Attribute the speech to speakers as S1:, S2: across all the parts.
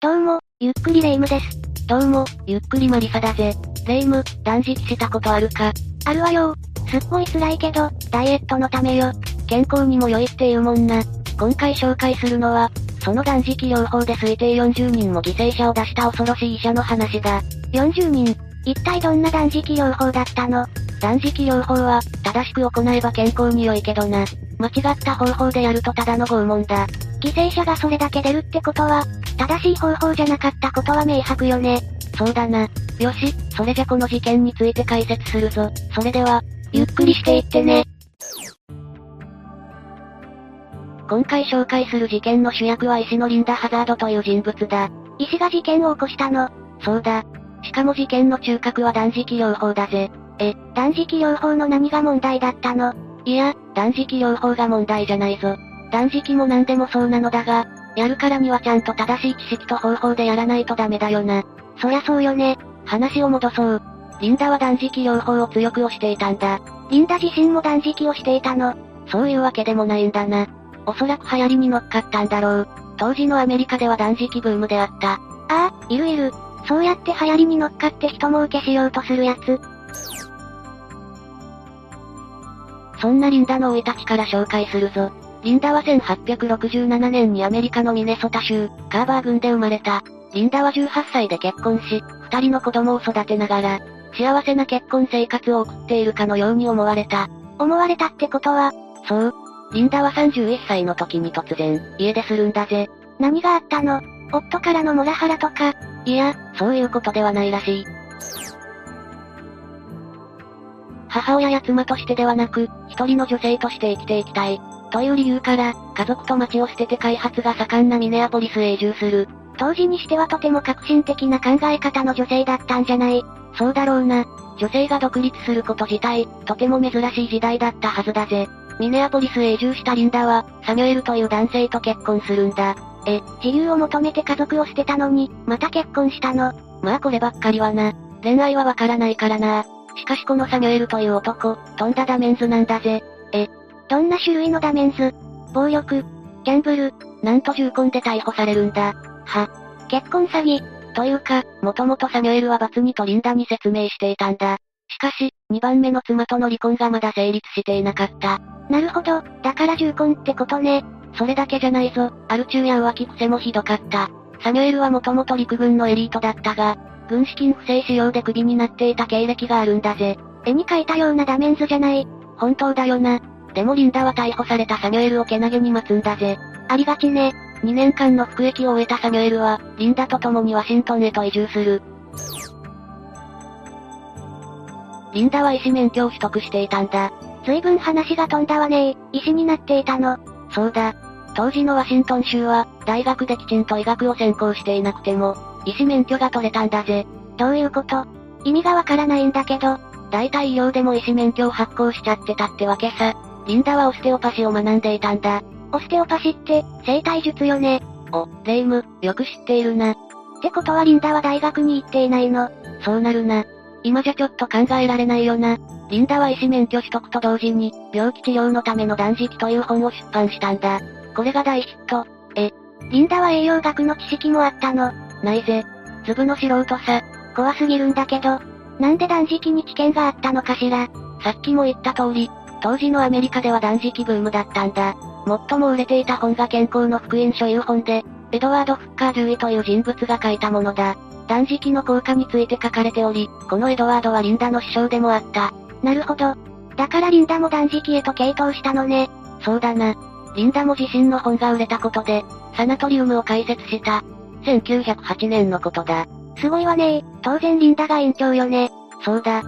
S1: どうも、ゆっくりレ夢ムです。
S2: どうも、ゆっくりマリサだぜ。レイム、断食したことあるか
S1: あるわよ。すっごい辛いけど、ダイエットのためよ。
S2: 健康にも良いっていうもんな。今回紹介するのは、その断食療法で推定40人も犠牲者を出した恐ろしい医者の話だ。
S1: 40人。一体どんな断食療法だったの
S2: 断食療法は、正しく行えば健康に良いけどな。間違った方法でやるとただの拷問だ。
S1: 犠牲者がそれだけ出るってことは、正しい方法じゃなかったことは明白よね。
S2: そうだな。よし、それじゃこの事件について解説するぞ。それでは、ゆっくりしていってね。今回紹介する事件の主役は医師のリンダ・ハザードという人物だ。
S1: 医師が事件を起こしたの。
S2: そうだ。しかも事件の中核は断食療法だぜ。
S1: 断食療法の何が問題だったの
S2: いや、断食療法が問題じゃないぞ。断食も何でもそうなのだが、やるからにはちゃんと正しい知識と方法でやらないとダメだよな。
S1: そりゃそうよね。
S2: 話を戻そう。リンダは断食療法を強く推していたんだ。
S1: リンダ自身も断食をしていたの。
S2: そういうわけでもないんだな。おそらく流行りに乗っかったんだろう。当時のアメリカでは断食ブームであった。
S1: ああ、いるいる。そうやって流行りに乗っかって人儲けしようとするやつ。
S2: そんなリンダの生い立ちから紹介するぞ。リンダは1867年にアメリカのミネソタ州、カーバー郡で生まれた。リンダは18歳で結婚し、二人の子供を育てながら、幸せな結婚生活を送っているかのように思われた。
S1: 思われたってことは、
S2: そう。リンダは31歳の時に突然、家出するんだぜ。
S1: 何があったの夫からのモラハラとか、
S2: いや、そういうことではないらしい。母親や妻としてではなく、一人の女性として生きていきたい。という理由から、家族と町を捨てて開発が盛んなミネアポリスへ移住する。
S1: 当時にしてはとても革新的な考え方の女性だったんじゃない。
S2: そうだろうな。女性が独立すること自体、とても珍しい時代だったはずだぜ。ミネアポリスへ移住したリンダは、サミュエルという男性と結婚するんだ。
S1: 自由を求めて家族を捨てたのに、また結婚したの。
S2: まあこればっかりはな。恋愛はわからないからな。しかしこのサミュエルという男、とんだダメンズなんだぜ。
S1: どんな種類のダメンズ暴力、ギャンブル、
S2: なんと重婚で逮捕されるんだ。
S1: 結婚詐欺、
S2: というか、もともとサミュエルはバツにとリンダに説明していたんだ。しかし、2番目の妻との離婚がまだ成立していなかった。
S1: なるほど、だから重婚ってことね。
S2: それだけじゃないぞ、アル中や浮気癖もひどかった。サミュエルはもともと陸軍のエリートだったが、軍資金不正使用でクビになっていた経歴があるんだぜ。
S1: 絵に描いたようなダメンズじゃない。
S2: 本当だよな。でもリンダは逮捕されたサミュエルをけなげに待つんだぜ。
S1: ありがちね。
S2: 2年間の服役を終えたサミュエルは、リンダと共にワシントンへと移住する。リンダは医師免許を取得していたんだ。
S1: ずいぶん話が飛んだわね医師になっていたの。
S2: そうだ。当時のワシントン州は、大学できちんと医学を専攻していなくても、医師免許が取れたんだぜ。
S1: どういうこと意味がわからないんだけど、
S2: 大体医療でも医師免許を発行しちゃってたってわけさ。リンダはオステオパシーを学んでいたんだ。
S1: オステオパシって、生体術よね。
S2: お、レイム、よく知っているな。
S1: ってことはリンダは大学に行っていないの。
S2: そうなるな。今じゃちょっと考えられないよな。リンダは医師免許取得と同時に、病気治療のための断食という本を出版したんだ。これが大ヒット。
S1: リンダは栄養学の知識もあったの。
S2: ないぜ。粒の素人さ。
S1: 怖すぎるんだけど、なんで断食に知見があったのかしら。
S2: さっきも言った通り、当時のアメリカでは断食ブームだったんだ。最も売れていた本が健康の福音書有本で、エドワード・フッカー獣医という人物が書いたものだ。断食の効果について書かれており、このエドワードはリンダの師匠でもあった。
S1: なるほど。だからリンダも断食へと傾倒したのね。
S2: そうだな。リンダも自身の本が売れたことで、サナトリウムを開設した。1908年のことだ。
S1: すごいわね当然リンダが院長よね。
S2: そうだ。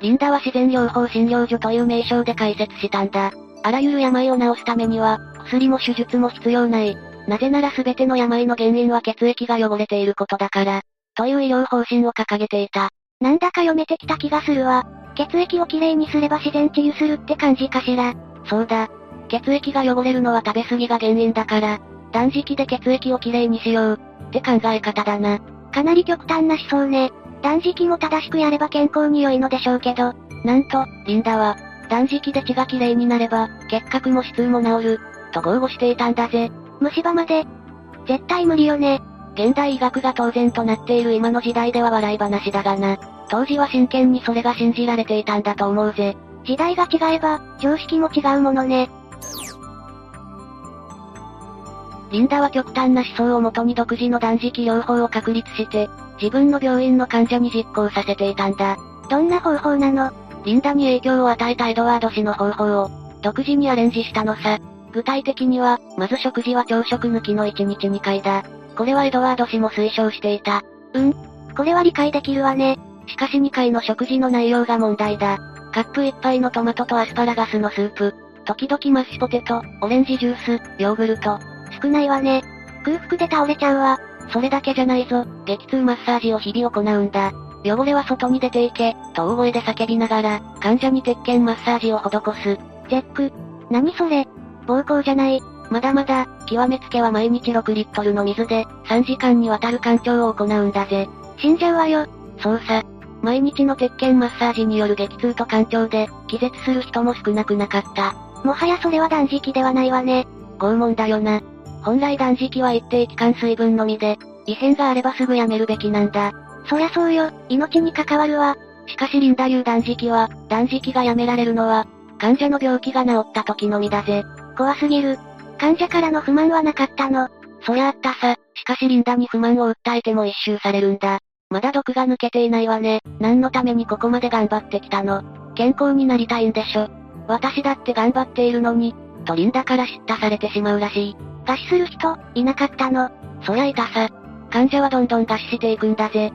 S2: リンダは自然療法診療所という名称で開設したんだ。あらゆる病を治すためには、薬も手術も必要ない。なぜなら全ての病の原因は血液が汚れていることだから。という医療方針を掲げていた。
S1: なんだか読めてきた気がするわ。血液をきれいにすれば自然治癒するって感じかしら。
S2: そうだ。血液が汚れるのは食べ過ぎが原因だから、断食で血液をきれいにしよう。って考え方だな。
S1: かなり極端な思想ね。断食も正しくやれば健康に良いのでしょうけど、
S2: なんと、リンダは、断食で血がきれいになれば、結核も死痛も治る、と豪語していたんだぜ。
S1: 虫歯まで。絶対無理よね。
S2: 現代医学が当然となっている今の時代では笑い話だがな。当時は真剣にそれが信じられていたんだと思うぜ。
S1: 時代が違えば、常識も違うものね。
S2: リンダは極端な思想をもとに独自の断食療法を確立して、自分の病院の患者に実行させていたんだ。
S1: どんな方法なの
S2: リンダに影響を与えたエドワード氏の方法を、独自にアレンジしたのさ。具体的には、まず食事は朝食抜きの1日2回だ。これはエドワード氏も推奨していた。
S1: これは理解できるわね。
S2: しかし2回の食事の内容が問題だ。カップ1杯のトマトとアスパラガスのスープ、時々マッシュポテト、オレンジジュース、ヨーグルト。
S1: 少ないわね。空腹で倒れちゃうわ。
S2: それだけじゃないぞ、激痛マッサージを日々行うんだ。汚れは外に出ていけ、と大声で叫びながら、患者に鉄拳マッサージを施す。
S1: ゼック。何それ暴行じゃない。
S2: まだまだ、極めつけは毎日6リットルの水で、3時間にわたる環境を行うんだぜ。
S1: 死んじゃうわよ。
S2: 操作。毎日の鉄拳マッサージによる激痛と環境で、気絶する人も少なくなかった。
S1: もはやそれは断食ではないわね。
S2: 拷問だよな。本来断食は一定期間水分のみで、異変があればすぐやめるべきなんだ。
S1: そりゃそうよ。命に関わるわ。
S2: しかしリンダ流断食は、断食がやめられるのは、患者の病気が治った時のみだぜ。
S1: 怖すぎる。患者からの不満はなかったの。
S2: そりゃあったさ、しかしリンダに不満を訴えても一周されるんだ。まだ毒が抜けていないわね。何のためにここまで頑張ってきたの健康になりたいんでしょ。私だって頑張っているのに、とリンダから叱咤されてしまうらしい。
S1: 餓死する人、いなかったの。
S2: そりゃいたさ。患者はどんどん餓死していくんだぜ。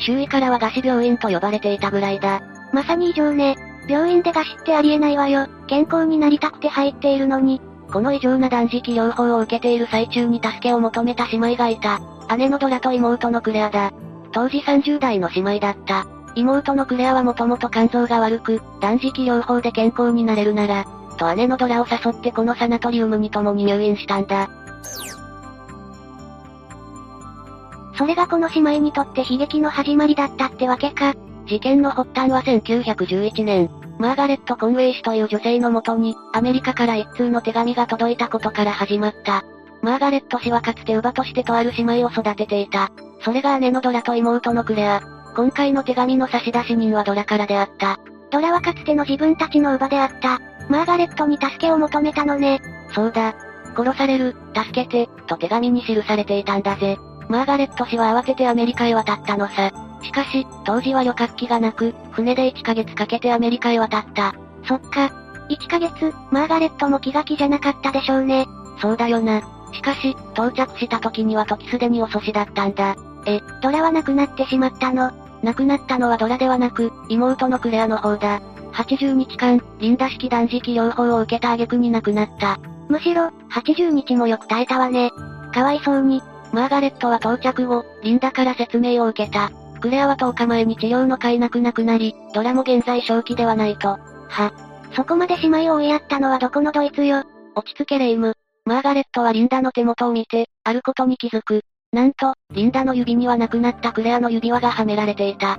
S2: 周囲からは餓死病院と呼ばれていたぐらいだ。
S1: まさに異常ね。病院で餓死ってありえないわよ。健康になりたくて入っているのに。
S2: この異常な断食療法を受けている最中に助けを求めた姉妹がいた。姉のドラと妹のクレアだ。当時30代の姉妹だった。妹のクレアはもともと肝臓が悪く、断食療法で健康になれるなら、と姉のドラを誘ってこのサナトリウムに共に入院したんだ。
S1: それがこの姉妹にとって悲劇の始まりだったってわけか。
S2: 事件の発端は1911年、マーガレット・コンウェイ氏という女性のもとに、アメリカから一通の手紙が届いたことから始まった。マーガレット氏はかつて乳母としてとある姉妹を育てていた。それが姉のドラと妹のクレア。今回の手紙の差出人はドラからであった。
S1: ドラはかつての自分たちの乳母であった。マーガレットに助けを求めたのね。
S2: そうだ。殺される、助けて、と手紙に記されていたんだぜ。マーガレット氏は慌ててアメリカへ渡ったのさ。しかし、当時は旅客機がなく、船で1ヶ月かけてアメリカへ渡った。
S1: そっか。1ヶ月、マーガレットも気が気じゃなかったでしょうね。
S2: そうだよな。しかし、到着した時には時すでに遅しだったんだ。
S1: ドラは亡くなってしまったの。
S2: 亡くなったのはドラではなく、妹のクレアの方だ。80日間、リンダ式断食療法を受けた挙句に亡くなった。
S1: むしろ、
S2: 80日もよく耐えたわね。
S1: かわいそうに。
S2: マーガレットは到着後、リンダから説明を受けた。クレアは10日前に治療の快なくなくなり、ドラも現在正気ではないと。
S1: そこまで姉妹を追いやったのはどこのドイツよ。
S2: 落ち着けレイム。マーガレットはリンダの手元を見て、あることに気づく。なんと、リンダの指にはなくなったクレアの指輪がはめられていた。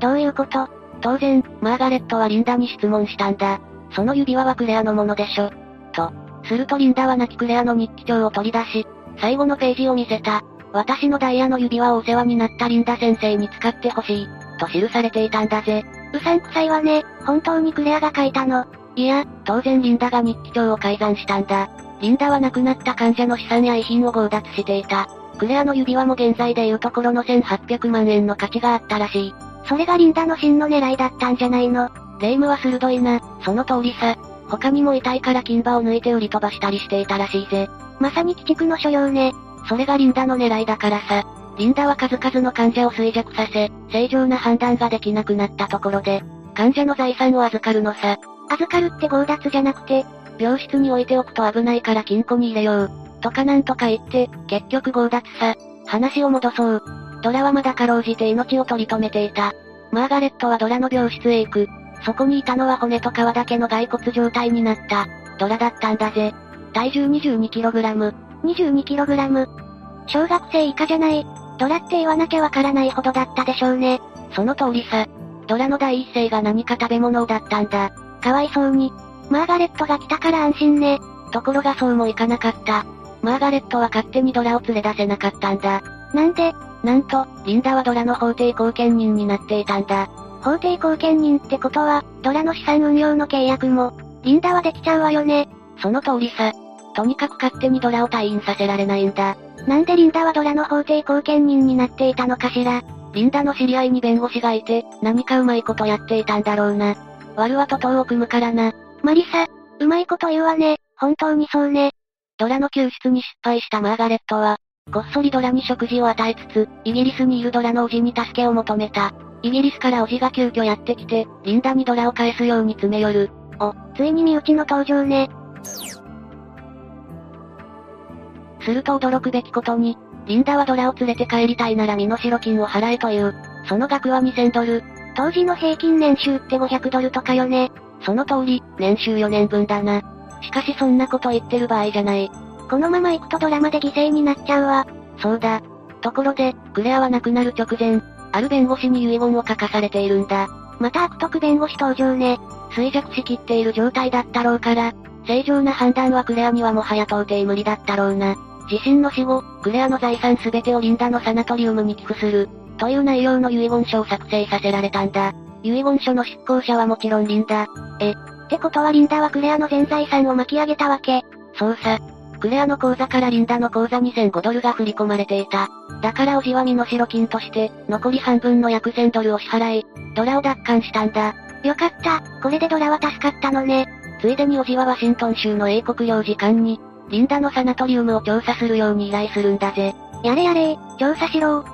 S1: どういうこと
S2: 当然、マーガレットはリンダに質問したんだ。その指輪はクレアのものでしょ。と。するとリンダは泣きクレアの日記帳を取り出し、最後のページを見せた。私のダイヤの指輪をお世話になったリンダ先生に使ってほしい。と記されていたんだぜ。
S1: うさんくさいわね。本当にクレアが書いたの。
S2: いや、当然リンダが日記帳を改ざんしたんだ。リンダは亡くなった患者の資産や遺品を強奪していた。クレアの指輪も現在でいうところの1800万円の価値があったらしい。
S1: それがリンダの真の狙いだったんじゃないの。
S2: 霊夢は鋭いな、その通りさ。他にも遺体から金歯を抜いて売り飛ばしたりしていたらしいぜ。
S1: まさに鬼畜の所用ね。
S2: それがリンダの狙いだからさ。リンダは数々の患者を衰弱させ、正常な判断ができなくなったところで、患者の財産を預かるのさ。
S1: 預かるって強奪じゃなくて、
S2: 病室に置いておくと危ないから金庫に入れよう。とかなんとか言って、結局強奪さ。話を戻そう。ドラはまだかろうじて命を取り留めていた。マーガレットはドラの病室へ行く。そこにいたのは骨と皮だけの骸骨状態になった。ドラだったんだぜ。体重 22kg。
S1: 22kg。小学生以下じゃない。ドラって言わなきゃわからないほどだったでしょうね。
S2: その通りさ。ドラの第一声が何か食べ物をだったんだ。
S1: かわいそうに。マーガレットが来たから安心ね。
S2: ところがそうもいかなかった。マーガレットは勝手にドラを連れ出せなかったんだ。
S1: なんで、
S2: なんと、リンダはドラの法定後見人になっていたんだ。
S1: 法定後見人ってことは、ドラの資産運用の契約も、リンダはできちゃうわよね。
S2: その通りさ。とにかく勝手にドラを退院させられないんだ。
S1: なんでリンダはドラの法定後見人になっていたのかしら。
S2: リンダの知り合いに弁護士がいて、何かうまいことやっていたんだろうな。ワルは徒党を組むからな。
S1: マリサ、うまいこと言うわね。本当にそうね。
S2: ドラの救出に失敗したマーガレットは、こっそりドラに食事を与えつつ、イギリスにいるドラの叔父に助けを求めた。イギリスから叔父が急遽やってきて、リンダにドラを返すように詰め寄る。
S1: ついに身内の登場ね。
S2: すると驚くべきことに、リンダはドラを連れて帰りたいなら身代金を払えという、その額は2000ドル。
S1: 当時の平均年収って500ドルとかよね。
S2: その通り、年収4年分だな。しかしそんなこと言ってる場合じゃない。
S1: このまま行くとドラマで犠牲になっちゃうわ。
S2: そうだ。ところで、クレアは亡くなる直前、ある弁護士に遺言を書かされているんだ。
S1: また悪徳弁護士登場ね。
S2: 衰弱しきっている状態だったろうから、正常な判断はクレアにはもはや到底無理だったろうな。自身の死後、クレアの財産すべてをリンダのサナトリウムに寄付する、という内容の遺言書を作成させられたんだ。遺言書の執行者はもちろんリンダ。
S1: ってことはリンダはクレアの全財産を巻き上げたわけ。
S2: そうさ。クレアの口座からリンダの口座2005ドルが振り込まれていた。だからおじは身代金として、残り半分の約1000ドルを支払い、ドラを奪還したんだ。
S1: よかった。これでドラは助かったのね。
S2: ついでにおじはワシントン州の英国領事館に、リンダのサナトリウムを調査するように依頼するんだぜ。
S1: やれやれ調査しろ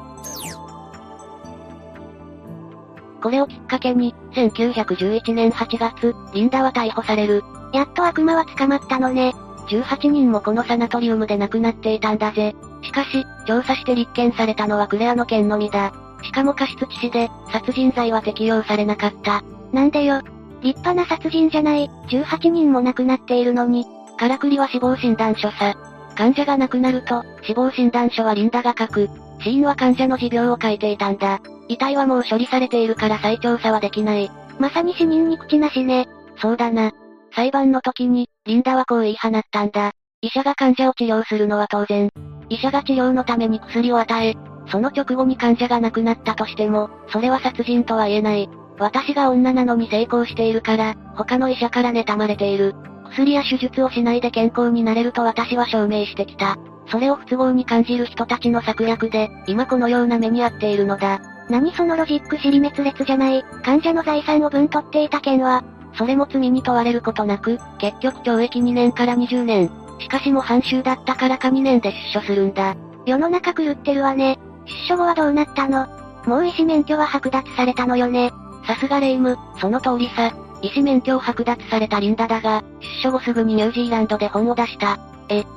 S2: これをきっかけに、1911年8月、リンダは逮捕される。
S1: やっと悪魔は捕まったのね。
S2: 18人もこのサナトリウムで亡くなっていたんだぜ。しかし、調査して立件されたのはクレアの件のみだ。しかも過失致死で、殺人罪は適用されなかった。
S1: なんでよ。立派な殺人じゃない。18人も亡くなっているのに。
S2: からくりは死亡診断書さ。患者が亡くなると、死亡診断書はリンダが書く。死因は患者の持病を書いていたんだ。遺体はもう処理されているから再調査はできない。
S1: まさに死人に口なしね。
S2: そうだな。裁判の時に、リンダはこう言い放ったんだ。医者が患者を治療するのは当然。医者が治療のために薬を与え、その直後に患者が亡くなったとしても、それは殺人とは言えない。私が女なのに成功しているから、他の医者から妬まれている。薬や手術をしないで健康になれると私は証明してきた。それを不都合に感じる人たちの策略で、今このような目に遭っているのだ。
S1: 何そのロジック尻滅裂じゃない。患者の財産を分取っていた件は、
S2: それも罪に問われることなく、結局懲役2年から20年。しかし模範囚だったからか2年で出所するんだ。
S1: 世の中狂ってるわね。出所後はどうなったのもう医師免許は剥奪されたのよね。
S2: さすがレイム、その通りさ。医師免許を剥奪されたリンダだが、出所後すぐにニュージーランドで本を出した。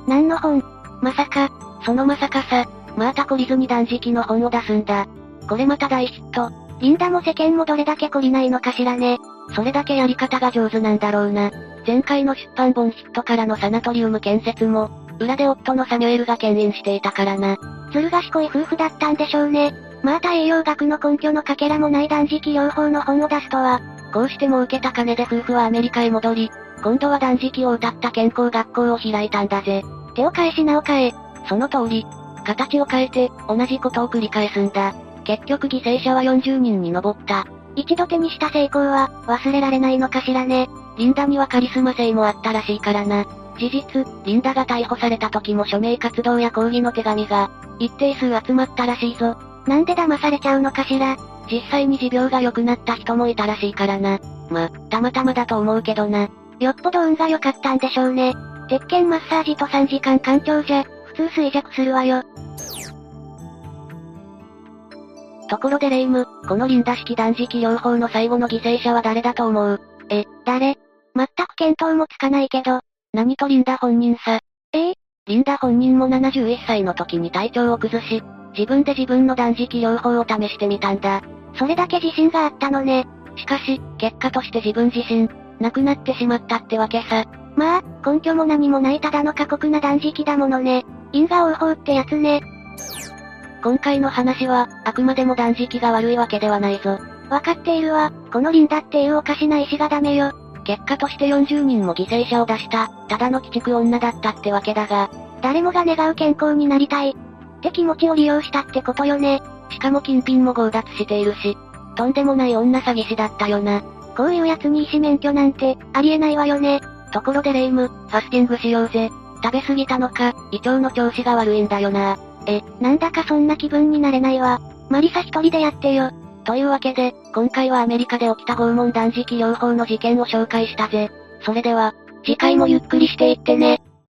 S1: 何の本まさか、
S2: そのまさかさ、まータ懲りずに断食の本を出すんだ。これまた大ヒット。
S1: リンダも世間もどれだけ懲りないのかしらね。
S2: それだけやり方が上手なんだろうな。前回の出版本ヒットからのサナトリウム建設も、裏で夫のサミュエルが牽引していたからな。
S1: ずる賢い夫婦だったんでしょうね。また栄養学の根拠のかけらもない断食療法の本を出すとは、
S2: こうして儲けた金で夫婦はアメリカへ戻り、今度は断食を謳った健康学校を開いたんだぜ。
S1: 手を変え品を変え、
S2: その通り、形を変えて、同じことを繰り返すんだ。結局犠牲者は40人に上った。
S1: 一度手にした成功は、忘れられないのかしらね。
S2: リンダにはカリスマ性もあったらしいからな。事実、リンダが逮捕された時も署名活動や抗議の手紙が、一定数集まったらしいぞ。
S1: なんで騙されちゃうのかしら。
S2: 実際に持病が良くなった人もいたらしいからな。ま、たまたまだと思うけどな。
S1: よっぽど運が良かったんでしょうね。鉄拳マッサージと3時間環境じゃ、普通衰弱するわよ。
S2: ところでレイム、このリンダ式断食療法の最後の犠牲者は誰だと思う
S1: え、誰全く見当もつかないけど、
S2: 何とリンダ本人さ。
S1: ええ
S2: リンダ本人も71歳の時に体調を崩し、自分で自分の断食療法を試してみたんだ。
S1: それだけ自信があったのね。
S2: しかし、結果として自分自身、亡くなってしまったってわけさ。
S1: まあ、根拠も何もないただの過酷な断食だものね。因果応報ってやつね。
S2: 今回の話は、あくまでも断食が悪いわけではないぞ。
S1: わかっているわ。このリンダっていうおかしな石がダメよ。
S2: 結果として40人も犠牲者を出した、ただの鬼畜女だったってわけだが、
S1: 誰もが願う健康になりたい。って気持ちを利用したってことよね。
S2: しかも金品も強奪しているし、とんでもない女詐欺師だったよな。
S1: こういう奴に医師免許なんて、ありえないわよね。
S2: ところでレイム、ファスティングしようぜ。食べ過ぎたのか、胃腸の調子が悪いんだよな。
S1: え、なんだかそんな気分になれないわ。マリサ一人でやってよ。
S2: というわけで、今回はアメリカで起きた拷問断食療法の事件を紹介したぜ。それでは、
S1: 次回もゆっくりしていってね。